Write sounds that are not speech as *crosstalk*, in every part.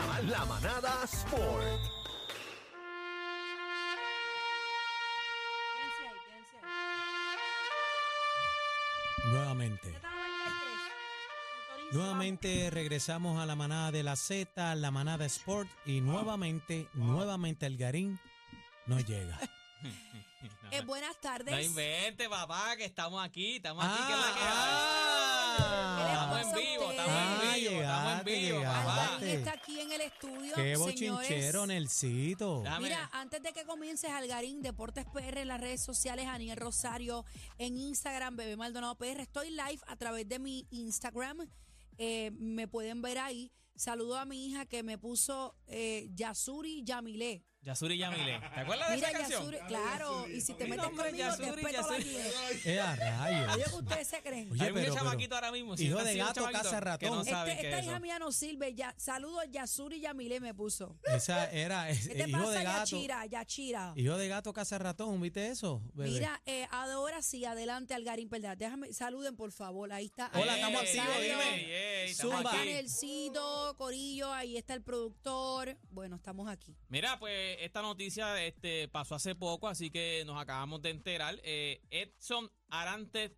La Manada Sport. Quédense ahí, quédense ahí. Nuevamente. Estamos en el tres. Sintoniza. Nuevamente regresamos a la manada de la Z, la manada Sport y nuevamente, nuevamente el Garín no *laughs* llega. Eh, buenas No tardes. invente, papá, que estamos aquí, estamos aquí, que es la que Ah, hay. Ah, Estamos en vivo, estamos Ah, en vivo, estamos en llegaste, vivo, papá. Alvarín está aquí en el estudio. ¡Qué bochinchero, señores. *laughs* Nelsito! Dame. Mira, antes de que comiences, Algarín, Deportes PR en las redes sociales, Aniel Rosario en Instagram, Bebé Maldonado PR. Estoy live a través de mi Instagram. Eh, me pueden ver ahí. Saludo a mi hija que me puso eh, Yasuri Yamile. Yasuri Yamile, ¿te acuerdas de Mira, esa canción? Yasuri, claro. Y si te Mi metes nombre es conmigo, te Yasuri, peto la Yasuri. nieve. ¡Eh, a Adiós, rayos! que ustedes se creen. Oye, Hay muchos pero- pero- chamaquitos ahora mismo. si hijo están de siendo gato, chamaquitos caza ratón. Que no Este- saben Este- qué esta es hija eso. mía no sirve. Ya, saludos, Yasuri Yamile me puso. Esa era es- ¿Qué te hijo pasa, de gato. Yachira? Yachira. Hijo de gato caza ratón, ¿viste eso? bebé? Mira, eh, ahora sí, adelante, Algarín, ¿verdad? Déjame, saluden, por favor. Ahí está. Hola, Ey, estamos ey, activos, ey, dime. ey, ey, estamos Zumba. Ahí está aquí. Nelsito, Corillo, ahí está el productor. Bueno, estamos aquí. Mira, pues esta noticia este, pasó hace poco, así que nos acabamos de enterar. Eh, Edson Arantes,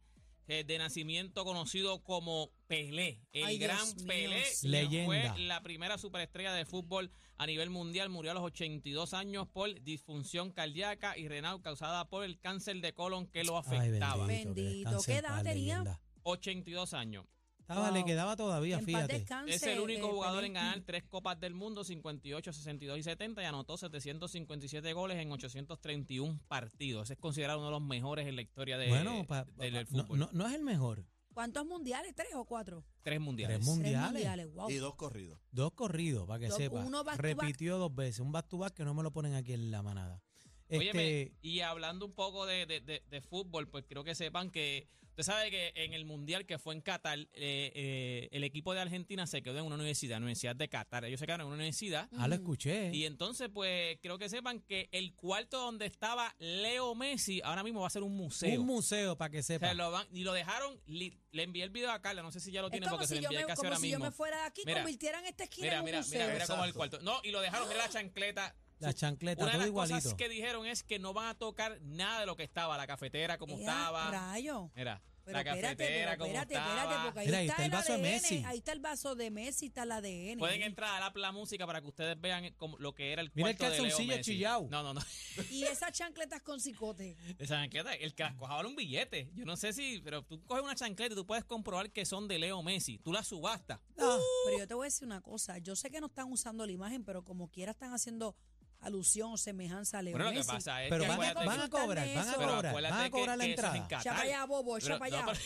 eh, de nacimiento conocido como Pelé, el Ay, Dios gran mío, Pelé, sí. quien Leyenda. fue la primera superestrella de fútbol a nivel mundial, murió a los 82 años por disfunción cardíaca y renal causada por el cáncer de colon que lo Ay, afectaba. bendito, que Bendito. descanse ¿Qué en edad paz, tenía? leyenda. 82 años. Estaba, Wow. Le quedaba todavía, en paz fíjate. descanse. Es el único eh, jugador Pelé. en ganar tres Copas del Mundo, 58, 62 y 70, y anotó 757 goles en 831 partidos. Es considerado uno de los mejores en la historia de, Bueno, pa- pa- del del no, fútbol. no- no es el mejor. ¿Cuántos mundiales? ¿Tres o cuatro? Tres mundiales. Tres mundiales. Tres mundiales, wow. Y dos corridos. Dos corridos, para que Dos- sepa. uno back to back. Repitió dos veces. Un back to back que no me lo ponen aquí en la manada. Este, Óyeme, y hablando un poco de, de- de- de fútbol, pues creo que sepan que usted sabe que en el Mundial que fue en Qatar, eh, eh, el equipo de Argentina se quedó en una universidad, Universidad de Qatar. Ellos se quedaron en una universidad Ah, Mm. lo escuché. Y entonces, pues, creo que sepan que el cuarto donde estaba Leo Messi ahora mismo va a ser un museo. Un museo, para que O sepa. sea, lo van- y lo dejaron, li- le envié el video a Carla, no sé si ya lo Es tiene como porque se si, lo yo envié me, casi como ahora si yo mismo. me fuera de aquí y Mira. convirtieran esta esquina Mira, en un mira, museo. mira, mira cómo es el Exacto. cuarto. No, y lo *laughs* dejaron, mira la chancleta. la chancleta, Una de todo las igualito. cosas que dijeron es que no van a tocar nada de lo que estaba, la cafetera como Ea, estaba. rayo. Mira, Pero la espérate, pero cafetera como espérate, espérate, estaba. porque ahí, Mira, está, el de vaso ADN, Messi. Ahí está el vaso de Messi, está el ADN. Pueden entrar al app La Música para que ustedes vean cómo- lo que era el Mira el cuarto de Leo calzoncillo Messi. chillao. No, *laughs* no, no. Y esas chancletas con cicote. Esa chancleta, el que las cojaba era un billete. Yo no sé si, pero tú coges una chancleta y tú puedes comprobar que son de Leo Messi. Tú las subastas. Ah, Pero yo te voy a decir una cosa. Yo sé que no están usando la imagen, pero como quiera están haciendo alusión o semejanza a Leo Bueno, lo que Messi. pasa es pero que van, acuérdate van que- a cobrar, van a Pero cobrar, acuérdate van a que- cobrar la que eso es en entrada. Qatar. Echa para allá, bobo, echa Pero- para allá. no, pero-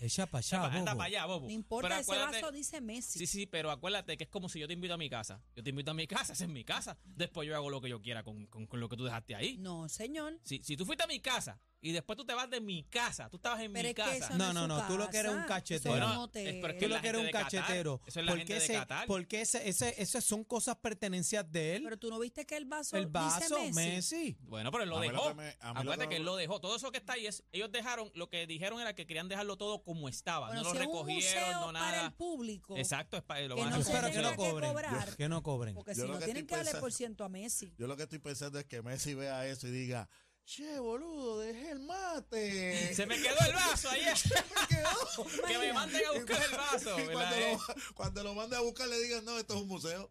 Echa para allá, anda pa- anda bobo. para allá, bobo. No importa, Pero ese acuérdate- vaso dice Messi. Sí, sí, pero acuérdate que es como si yo te invito a mi casa. Yo te invito a mi casa, esa es mi casa. Después yo hago lo que yo quiera con, con- con lo que tú dejaste ahí. No, señor. Si, si tú fuiste a mi casa y después tú te vas de mi casa, tú estabas en Pero mi es que casa. eso No, no, es no, su no, tú lo que eres un casa, cachetero. eso es un No, hotel. es porque Tú lo la que eres un gente de Qatar. cachetero. Eso es la porque gente de ese- Qatar. Porque ese, ese, esas son cosas pertenencias de él. Pero tú no viste que el vaso el vaso, dice Messi. Messi. Bueno, pero él lo A mí lo dejó. que me- a mí lo Acuérdate que- que él lo dejó. Todo eso que está ahí es. Ellos dejaron, lo que dijeron era que querían dejarlo todo como estaba. Bueno, no si lo es un recogieron, museo no nada. para el público. Exacto, es pa- lo Que van no a Yo se espero que tenga no que cobren. cobrar. yo- Que no cobren. Porque Yo si lo no que tienen estoy que darle por pensando- ciento a Messi. Yo lo que estoy pensando es que Messi vea eso y diga, che, boludo, dejé el mate. *laughs* Se me quedó el vaso *laughs* ahí. *laughs* que me manden a buscar el vaso. Y *laughs* cuando, ¿verdad, eh? lo, cuando lo mande a buscar le digan, no, esto es un museo.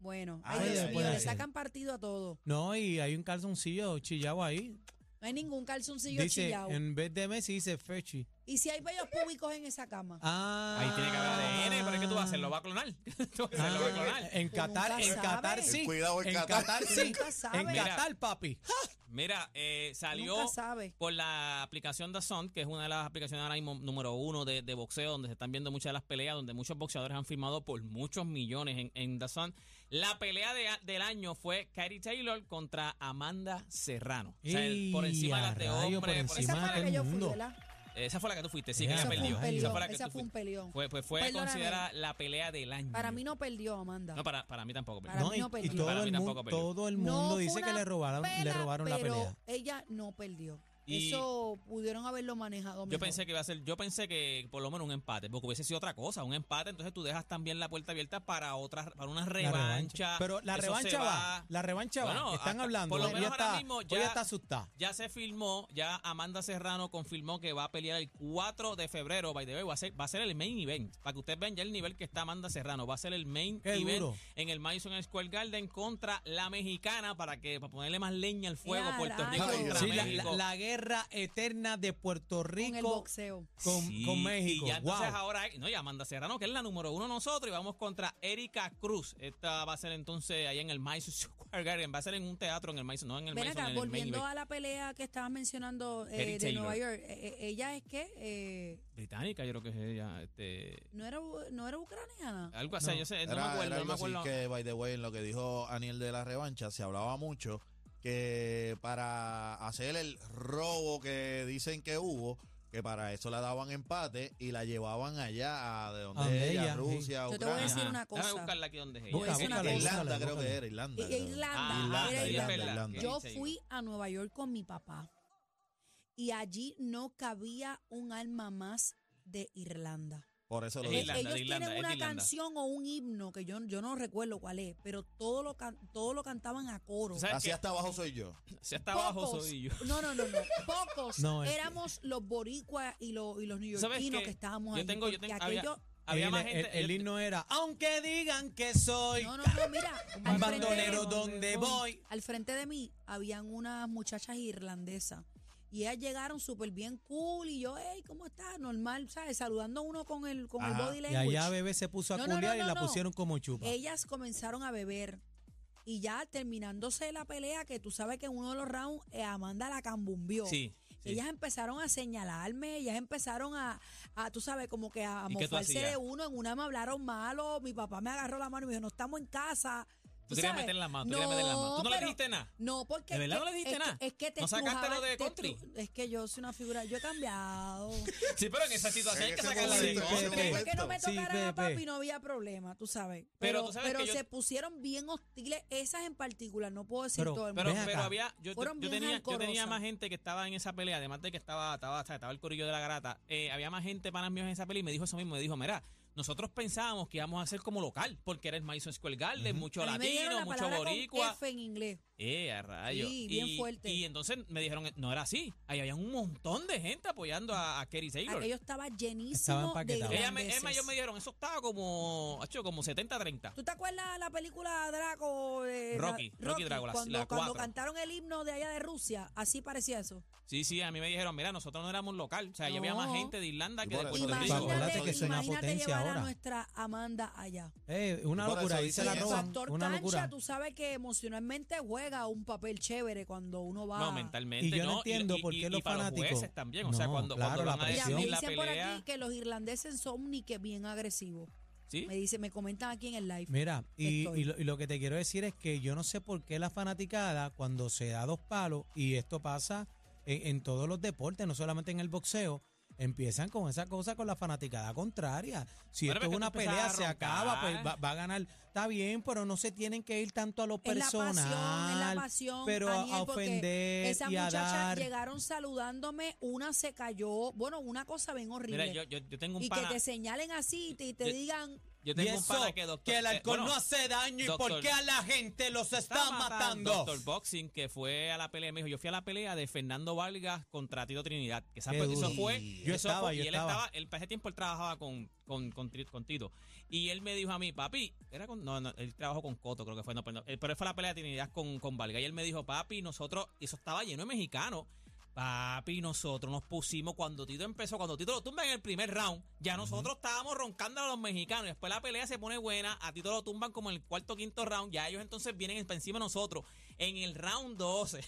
Bueno, Ay, ay, Dios ay, mío, ay. le sacan partido a todo. No, y hay un calzoncillo chillado ahí. No hay ningún calzoncillo Dice, chillado. en vez de Messi, dice Fechi. Y si hay bellos públicos en esa cama. Ah. Ahí tiene que haber ADN, pero ¿qué tú vas a hacer? ¿Lo va a clonar? *laughs* ¿Tú vas a hacer? ¿Lo va a clonar? Ah. En Tú nunca Qatar, en sabes. Qatar sí. El cuidado en en Qatar. Qatar Tú sí. nunca En sabes. Qatar, papi. Mira, eh, salió Nunca sabe. por la aplicación de Zone, que es una de las aplicaciones ahora mismo número uno de, de boxeo, donde se están viendo muchas de las peleas, donde muchos boxeadores han firmado por muchos millones en, en The Zone. La pelea de a- del año fue Kairi Taylor contra Amanda Serrano. O sea, el- por Y encima de las a de rayo, por hombre. por- encima esa de fue la todo que el yo fui, mundo. ¿verdad? esa fue la que tú fuiste, sí, que Esa ella fue un perdió. peleón, Esa fue la que esa tú fue un fuiste. peleón. Fue, pues fue Perdóname. considerada la pelea del año. Para mí no perdió, Amanda. No, para, para mí tampoco. pero- Para No, mí y, no y perdió. todo, Para mí el tampoco mundo, perdió. todo el No mundo fue dice que una le robaron, le pela, robaron la pero pelea. Ella no perdió. Y Eso pudieron haberlo manejado yo mejor. pensé que iba a ser, yo pensé que por lo menos un empate, porque hubiese sido otra cosa, un empate, entonces tú dejas también la puerta abierta para otras, para una La revancha. Pero la eso se revancha va, va. La revancha Bueno, va. Están hasta- hablando. por lo Hoy menos ya ahora está- mismo hoy ya- ya está asustada. Ya se filmó, ya Amanda Serrano confirmó que va a pelear el 4 de febrero, by the way, va a ser, va a ser el main event. Para que ustedes vean ya el nivel que está Amanda Serrano, va a ser el main Qué event duro. en el Madison Square Garden contra la mexicana para que para ponerle más leña al fuego ¡Ea, Puerto Rico rayos! contra Sí, la, México. la- la guerra eterna de Puerto con el Rico boxeo. con, Sí, con México. Y ya entonces Wow. ahora, no, ya Amanda Serrano, que es la número uno nosotros, y vamos contra Erika Cruz. Esta va a ser entonces ahí en el Madison Square Garden, va a ser en un teatro en el Madison, no en el Ven acá, Madison, en el main volviendo event. a la pelea que estabas mencionando eh, Terry de Taylor. Nueva York, eh, eh, ella es que eh, Británica, yo creo que es ella, este, no era u- no era ucraniana. algo así, No. yo sé, no era, me acuerdo, era no me algo así acuerdo. que, by the way, en lo que dijo Aniel de la revancha, se hablaba mucho que para hacer el robo que dicen que hubo, que para eso la daban empate y la llevaban allá, a de donde A donde ella, ella, sí. Rusia, Yo te voy a Ucrania. decir Ajá. una cosa. Déjame buscarla aquí donde es Voy a ella. decir una Erika Irlanda, cosa. Irlanda Búscala, creo que búscala. era, Irlanda. I- creo. Ah, Irlanda, Irlanda, era Irlanda, Irlanda. Irlanda. Yo Sí, fui a Nueva York con mi papá y allí no cabía un alma más de Irlanda. Por eso lo Es Eh, dicen. Irlanda, Ellos de Irlanda, es tienen de una Irlanda. canción o un himno que yo, yo no recuerdo cuál es, pero todo lo, can- todo lo cantaban a coro. ¿Tú sabes Así qué? hasta abajo soy *laughs* yo. Si hasta abajo Pocos. soy yo. No, no, no, no. *laughs* Pocos No, es que- éramos los boricuas y, los- y los ¿Sabes neoyorquinos qué? que estábamos Yo allí, tengo- yo porque tengo- aquello- Había el, más el- gente. el yo- himno era, aunque digan que soy No, no, no, mira. un al frente de- bandolero donde voy. Al frente de mí habían unas muchachas irlandesas y ellas llegaron súper bien cool y yo, hey, ¿cómo estás? Normal, ¿sabes? Saludando a uno con el, con el Ajá. body Y allá language. bebé se puso a No, no, no, culiar no, y la no. pusieron como chupa. Ellas comenzaron a beber y ya terminándose la pelea, que tú sabes que en uno de los rounds eh, Amanda la cambumbió. Sí. sí. Ellas empezaron a señalarme, ellas empezaron a, a, tú sabes, como que a ¿Y qué tú mofarse hacías? de uno. En una me hablaron malo, mi papá me agarró la mano y me dijo, no estamos en casa. Tú querías sabes? meter la mano, tú querías meter la mano. Tú no le pero- dijiste nada. No, porque. ¿De es verdad que- no le dijiste es que- nada? es que te ¿No sacaste estrujabas, lo de te country? estru- Es que yo soy una figura, yo he *laughs* cambiado. Sí, pero en esa situación hay En que ese sacarla de momento, en ese contra. momento. Porque que no me Sí, tocaran bebé. a papi no había problema, tú sabes. Pero Pero, tú sabes que yo- se pusieron bien hostiles, esas en particular, no puedo decir Pero- todo el mundo. Pero, Ven pero acá. había, yo, yo- Fueron yo bien tenía, yo tenía alcorosas. más gente que estaba en esa pelea, además de que estaba, estaba, estaba el corillo de la garata, eh, había más gente para míos en esa pelea y me dijo eso mismo, me dijo, mira, nosotros pensábamos que íamos a hacer como local, porque era el Madison Square Garden, mucho A mí me dieron latino, la mucho palabra con boricua. F en inglés. Eh, a rayos. Sí, bien fuerte. Y entonces me dijeron, no era así, ahí había un montón de gente apoyando a, a Kerry Taylor. Aquello estaba Estaba llenísimo de empaquetado. Ella me, irlandeses. Emma, ellos me dijeron, eso estaba como, hecho, como 70-30. ¿Tú te acuerdas la película Draco? de- Rocky, Dra- Rocky Drago, la- cuando, la cuando cuatro. cantaron el himno de allá de Rusia, así parecía eso. Sí, sí, a mí me dijeron, mira, nosotros no éramos local, o sea, ya había No. más gente de Irlanda Y que de por eso digo, Puerto Rico. acuérdate Imagínate, que eso es una imagínate potencia llevar a ahora. nuestra Amanda allá. Eh, una Por eso locura, ahí dice se la el eso. roban. factor Una cancha, locura. tú sabes que emocionalmente juega un papel chévere cuando uno va. No, mentalmente. Y yo no no entiendo y- por y- qué y los para fanáticos- jueces también. O sea, No, cuando, claro, cuando la van a Mira, presión. me decidir la dicen por pelea. aquí que los irlandeses son ni que bien agresivos. ¿sí? Me dicen, me comentan aquí en el live. Mira, y, Estoy. y lo, y lo que te quiero decir es que yo no sé por qué la fanaticada, cuando se da dos palos, y esto pasa en, en todos los deportes, no solamente en el boxeo, empiezan con esa cosa con la fanaticada contraria. Si esto Bueno, pero es es que una tú empiezas pelea, a se acaba, pues va, roncar. va a ganar. Está bien, pero no se tienen que ir tanto a lo Es la pasión, personal. es la pasión. pero a- a Aniel, porque ofender Esas y a muchachas dar. llegaron saludándome, una se cayó, bueno, una cosa bien horrible. Mira, yo, yo, yo tengo un y que pana. te señalen así y te, y te Yo- digan, Yo Y tengo un pana eso, que doctor. que el eh, alcohol bueno, no hace daño y doctor- por qué a la gente los está, matando. Doctor Boxing, que fue a la pelea, me dijo, yo fui a la pelea de Fernando Vargas contra Tito Trinidad. Que esa- Qué eso duro. fue, Yo eso estaba, fue- yo y él estaba. él para ese tiempo él trabajaba con, con, con, Tri- con Tito. Y él me dijo a mí, papi, era con, no, no, él trabajó con Coto, creo que fue, no, pero no, él- pero él fue a la pelea de Trinidad con, con Vargas. Y él me dijo, papi, nosotros, y eso estaba lleno de mexicanos. Papi, nosotros nos pusimos cuando Tito empezó, cuando Tito lo tumba en el primer round, ya nosotros estábamos roncando a los mexicanos. y Después la pelea se pone buena, a Tito lo tumban como en el cuarto o quinto round, ya ellos entonces vienen pa' encima de nosotros. En el round 12,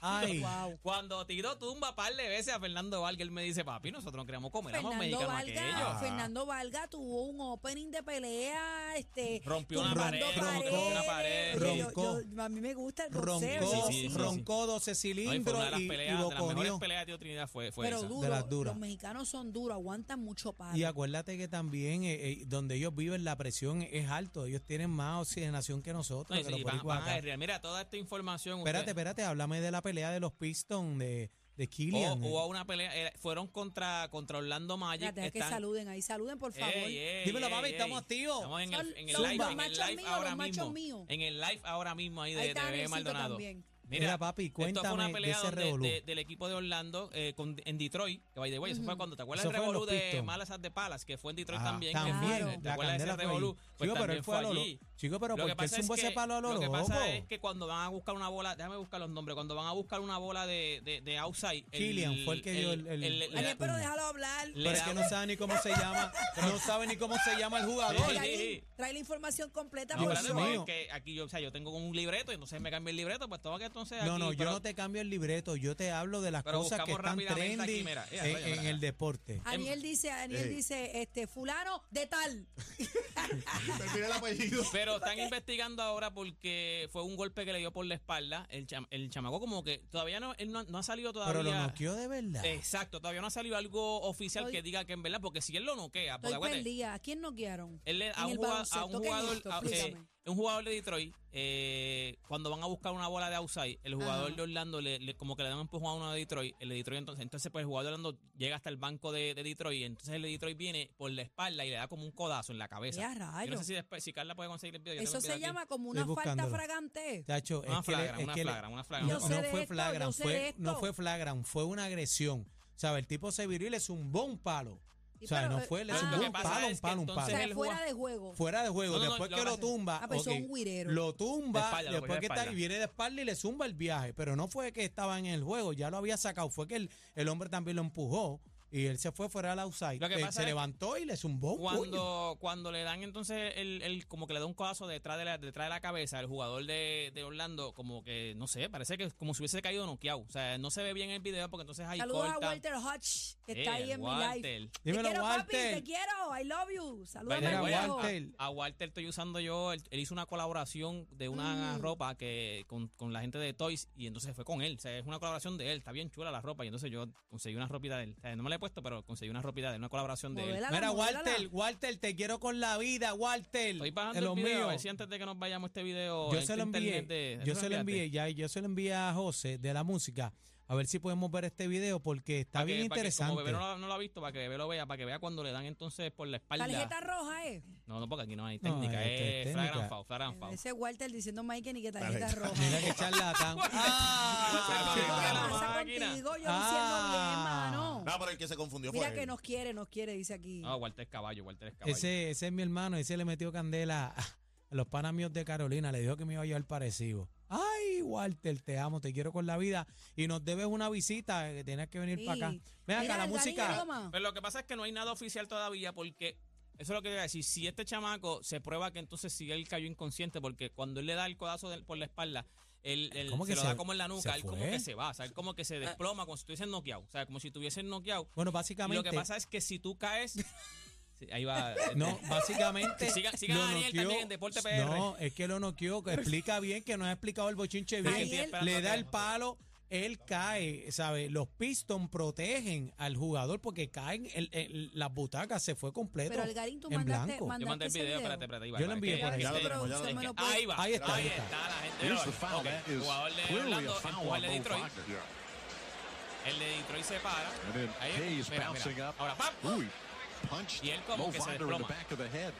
Ay, wow. cuando Tito tumba par de veces a Fernando Vargas, él me dice, papi, nosotros no queríamos comer, éramos Fernando mexicanos Valga, aquellos. Fernando Valga tuvo un opening de pelea, este Rompió una tumbando pared, rompió una pared. Oye, yo- Roncó. yo- a mí me gusta el boxeo. roncó, Sí, sí, sí. roncó 12 No, y fue cilindros una de las y, peleas, y de las mejores boconeó. peleas de Tío Trinidad fue, fue pero esa. duro, las duras. los mexicanos son duros, aguantan mucho palo. Y acuérdate que también eh, eh, donde ellos viven la presión es alto. Ellos tienen más oxigenación que No, nosotros. y- que y los van- boricuas van a acá. guerrear. Mira, toda esta información. Espérate, ustedes- espérate, háblame de la pelea de los Pistons de, de de Killian. Hubo- eh. hubo una pelea, eh, fueron contra, contra Orlando Magic. Espérate, deja que están- saluden ahí, saluden por favor. Ey, ey, Dímelo, ey, papi, ey. estamos activos. Estamos en Son- el, en el son live, los en el machos live míos, los ahora machos mismo. míos. En el live ahora mismo ahí Ahí de está TV Anicito Maldonado. también. Mira, Mira, papi, esto fue una cuéntame de pelea ese donde- revolú. de- del equipo de Orlando eh, con- en Detroit, que by the way, eso fue cuando te acuerdas Eso del fue en revolú los de Pistons. Malas de Palas, que fue en Detroit Ajá, también. que Ah, También, fue- Claro. ¿Te la acuerdas de candela fue ese allí. revolú? Pues Chico, pero también él fue a lo allí. Chico, pero ¿por Lo que qué él pasa es zumbó ese que- palo a lo Lo que loco? pasa es que cuando van a buscar una bola, déjame buscar los nombres, cuando van a buscar una bola de, de, de outside. Killian fue el que dio el- el- le- el- Daniel, le- pero puño. déjalo hablar. le- Pero es da que un- no sabe ni cómo se *laughs* llama. No sabe ni cómo se llama el Sí, jugador. sí. Trae, trae la información completa. No, por Ah, Dios espérate, favor. porque mío. es que aquí yo, o sea, yo tengo un libreto y entonces me cambia el libreto, pues tengo que entonces No, aquí, no, yo pero- no te cambio el libreto. Yo te hablo de las Pero cosas que buscamos están rápidamente aquí, trendy mira. Ea, en, vaya, en vaya. el deporte. Daniel dice, Daniel Ey. dice, este, fulano de tal. Termina el *laughs* apellido. Pero están investigando ahora porque fue un golpe que le dio por la espalda. El, cham- el chamaco como que todavía no, él no, no ha salido todavía. Pero lo noqueó de verdad. Exacto, todavía no ha salido algo oficial Estoy- que diga que en verdad, porque si él lo noquea, porque Estoy acuérdate, perdida. ¿A quién noquearon? Él le- En a, un el juga- a baloncesto, un ¿qué es jugador, esto? a- eh, Explícame. un jugador de Detroit, eh, cuando van a buscar una bola de outside, el jugador Ajá. de Orlando le, le- como que le da un empujón a uno de Detroit, el de Detroit entonces, entonces pues el jugador de Orlando llega hasta el banco de, de Detroit, entonces el de Detroit viene por la espalda y le da como un codazo en la cabeza. Ya, Yo no rayos. sé si, después- si Carla puede conseguir el video. yo tengo Eso el video se aquí. llama como una Estoy falta buscándolo. fragante. Tacho, una es que le- flagra, es una que le- flagra, una flagra. No, Yo sé no de fue esto, flagrant, yo sé de fue, esto. no fue flagrant, fue una agresión. O sea, el tipo se viró y le zumbó un palo. Sí, O sea, pero, no eh, fue, le ah, zumbó Lo que un pasa palo, es un que palo, un O entonces palo. él- sea, el fuera juego- de juego. Fuera de juego, No, no, no, después lo que que lo pasa es- tumba, Ah, pues ok, son guireros. lo tumba, De espalda, lo después cogió de que está, espalda. viene de espalda y le zumba el viaje. Pero no fue que estaba en el juego, ya lo había sacado. Fue que el, el hombre también lo empujó y él se fue fuera del outside. Lo que Eh, pasa se es levantó y le zumbó un puño. Cuando, cuando le dan entonces el, el- como que le da un codazo detrás de la, detrás de la cabeza el jugador de, de Orlando, como que, no sé, parece que es como si hubiese caído noqueado. O sea, no se ve bien el video porque entonces ahí Saludos corta. a Walter Hodge, que está Eh, ahí en mi live. Walter. Dímelo, te quiero, papi, Walter. te quiero. I love you. Saludos By the Mira, way, a a, mi viejo. Walter. a Walter estoy usando yo, él, él hizo una colaboración de una Mm. ropa que con, con la gente de Toys y entonces fue con él, o sea, es una colaboración de él, está bien chula la ropa y entonces yo conseguí una ropita de él, O sea, no me la he puesto, pero conseguí una ropita de él, una colaboración de él. Modélala, Mira, modélala. Walter, Walter, te quiero con la vida, Walter. Estoy de bajando los el video, a míos. ver si antes de que nos vayamos este video Yo este se lo envié, internet de- yo ¿Eso se lo envié, enviaste? ya, yo se lo envié a José de la música. A ver si podemos ver este video porque está Pa' que- bien pa' que- interesante. como Bebé no lo, no lo ha visto, para que Bebé lo vea, para que vea cuando le dan entonces por la espalda. Tarjeta roja, eh. No, no, porque aquí no hay No, técnica, Eh, esto es es técnica. flagrant foul, flagrant foul. Ese Walter diciendo Mike que ni que tarjeta Tarjeta. roja. Mira que *laughs* charlatán. ¡Ah! Chico, ¿Qué Ah, pasa máquina. contigo? Yo Ah. diciendo bien, mano. No, pero el que se confundió fue Mira él. que nos quiere, nos quiere, dice aquí. No, Walter es caballo, Walter es caballo. Ese, ese es mi hermano, ese le metió candela a los panas míos de Carolina, le dijo que me iba a llevar parecido. Ay, Walter, te amo, te quiero con la vida. Y nos debes una visita, eh, que tienes que venir Sí. para acá. Ven acá, Mira, la el Dani música. Roma. Pero lo que pasa es que no hay nada oficial todavía porque eso es lo que te voy a decir. Si este chamaco se prueba que entonces si él cayó inconsciente porque cuando él le da el codazo del- por la espalda, él, él ¿Cómo se que lo se- da como en la nuca, se él como fue? que se va, o sea, él como que se desploma, como si estuviesen noqueado, o sea, como si estuviesen noqueado. Bueno, Y básicamente. Lo que pasa es que si tú caes... *laughs* Sí, *laughs* Ahí va. este, *laughs* No, básicamente. Siga- siga lo a Daniel noqueó. también en Deporte PR. No, es que lo noqueó, que explica bien que no ha explicado el bochinche Ahí bien. él- Le da el palo, él cae, ¿sabes? Los Pistons protegen al jugador porque caen el- el- las butacas, se fue completo. Pero Algarín, tú en mandaste, blanco. Yo mandaste mandé el ese video, espérate, espérate, ahí va. Yo lo va, envié que- por ahí. que- Ya lo que- tenemos, ya lo que- tenemos. que- este, Ahí va, Ahí está, ahí ahí está, está. la gente. Here's Ok, the foul. That is Jugador de clearly Orlando, a foul empujó on al de Mo Detroit. Wagner. El de Detroit se para. And then Ahí, Hayes mira, mira. bouncing up. Ahora, ¡pam! Ooh, he punched Y él Mo como que se Wagner in the desploma. back of the head.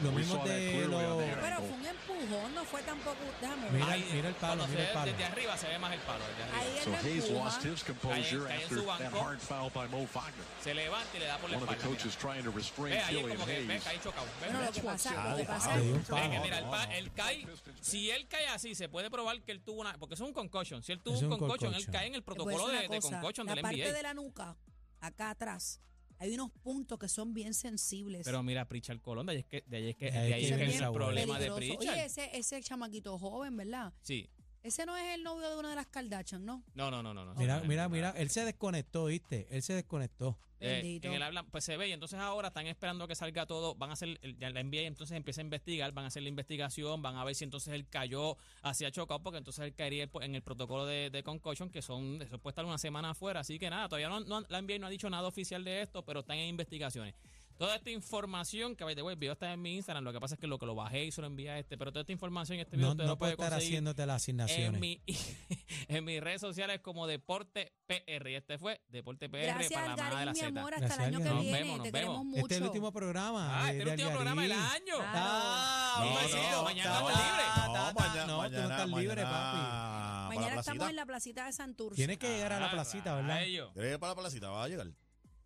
Lo We mismo saw that de clearly on the los. air. Pero fue un empujón, no fue tampoco. Déjame ver. Mira, Ahí, mira el palo, cuando se mira el ve palo. Desde arriba se ve más el palo. Desde arriba. Ahí él ¿ah? So lo Hayes empuja. lost his Cae composure en- cae en after su that banco. hard foul by Mo Wagner. Se levanta y le da por la One of the espalda. mira. coaches trying to restrain Ve, ahí es Killian como que ve, Hayes. cae chocado. Ve, Bueno, ve. lo que pasa, lo Chale, que pasa le dio un es. Ve que palo. mira, el pa- él cae. Si él cae así, se puede probar que él tuvo una. Porque eso es un concussion. Si él tuvo Es un un concussion, él concussion. cae en el te voy a protocolo decir de, una de cosa, concussion La del parte NBA. de la nuca, acá atrás, hay unos puntos que son bien sensibles. Pero mira, Pritchard Colón, de ahí es que, de ahí es que, De ahí de ahí es que viene que viene el esa problema de Peligroso. Oye, Pritchard. ese, ese chamaquito joven, ¿verdad? Sí. Ese no es el novio de una de las Kardashian, ¿no? No, no, no, no. no Mira, No, mira, no, no. mira, él se desconectó, ¿viste? Él se desconectó. Eh, Bendito. en el habla, pues se ve, y entonces ahora están esperando que salga todo, van a hacer, el- ya la NBA entonces empieza a investigar, van a hacer la investigación, van a ver si entonces él cayó hacia chocado, porque entonces él caería por- en el protocolo de, de concussion, que son, eso puede estar una semana afuera, así que nada, todavía no, no- la NBA no ha dicho nada oficial de esto, pero están en investigaciones. Toda esta información, que by the way, el video está en mi Instagram, lo que pasa es que lo que lo bajé y se lo envié a este, pero toda esta información, este video No, usted no lo puede puede estar conseguir haciéndote las asignaciones. en, mi, *laughs* en mis redes sociales como Deporte PR. Y este fue Deporte PR Gracias, para la manada de Algarín, la mi Z. amor. Hasta Gracias, el año que Algarín. viene. Nos vemos, Te nos queremos vemos. mucho. Este es el último programa. Ah, eh, este es el de último Algarín. programa del año. Claro. Ah, No, un Ah, besito. no, mañana no, estamos libres. Ta, ta, No, mañana, no, tú no estás libre, mañana para Mañana la estamos placita. en la placita de Santurce. Tienes que llegar a la Ah, placita, ¿verdad? rayo. Creo que para la placita va a llegar.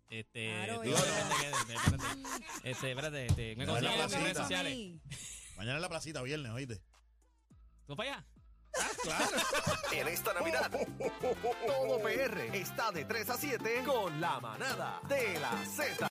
Este, Claro, digo, eso. espérate, espérate, espérate. Este, espérate, este, me No, no, consiguen en mis no, redes no, sociales. Mañana en la placita, viernes, oíste. ¿Tú para allá? Ah, En esta Navidad, todo PR está de 3 a 7 con la manada de la Z.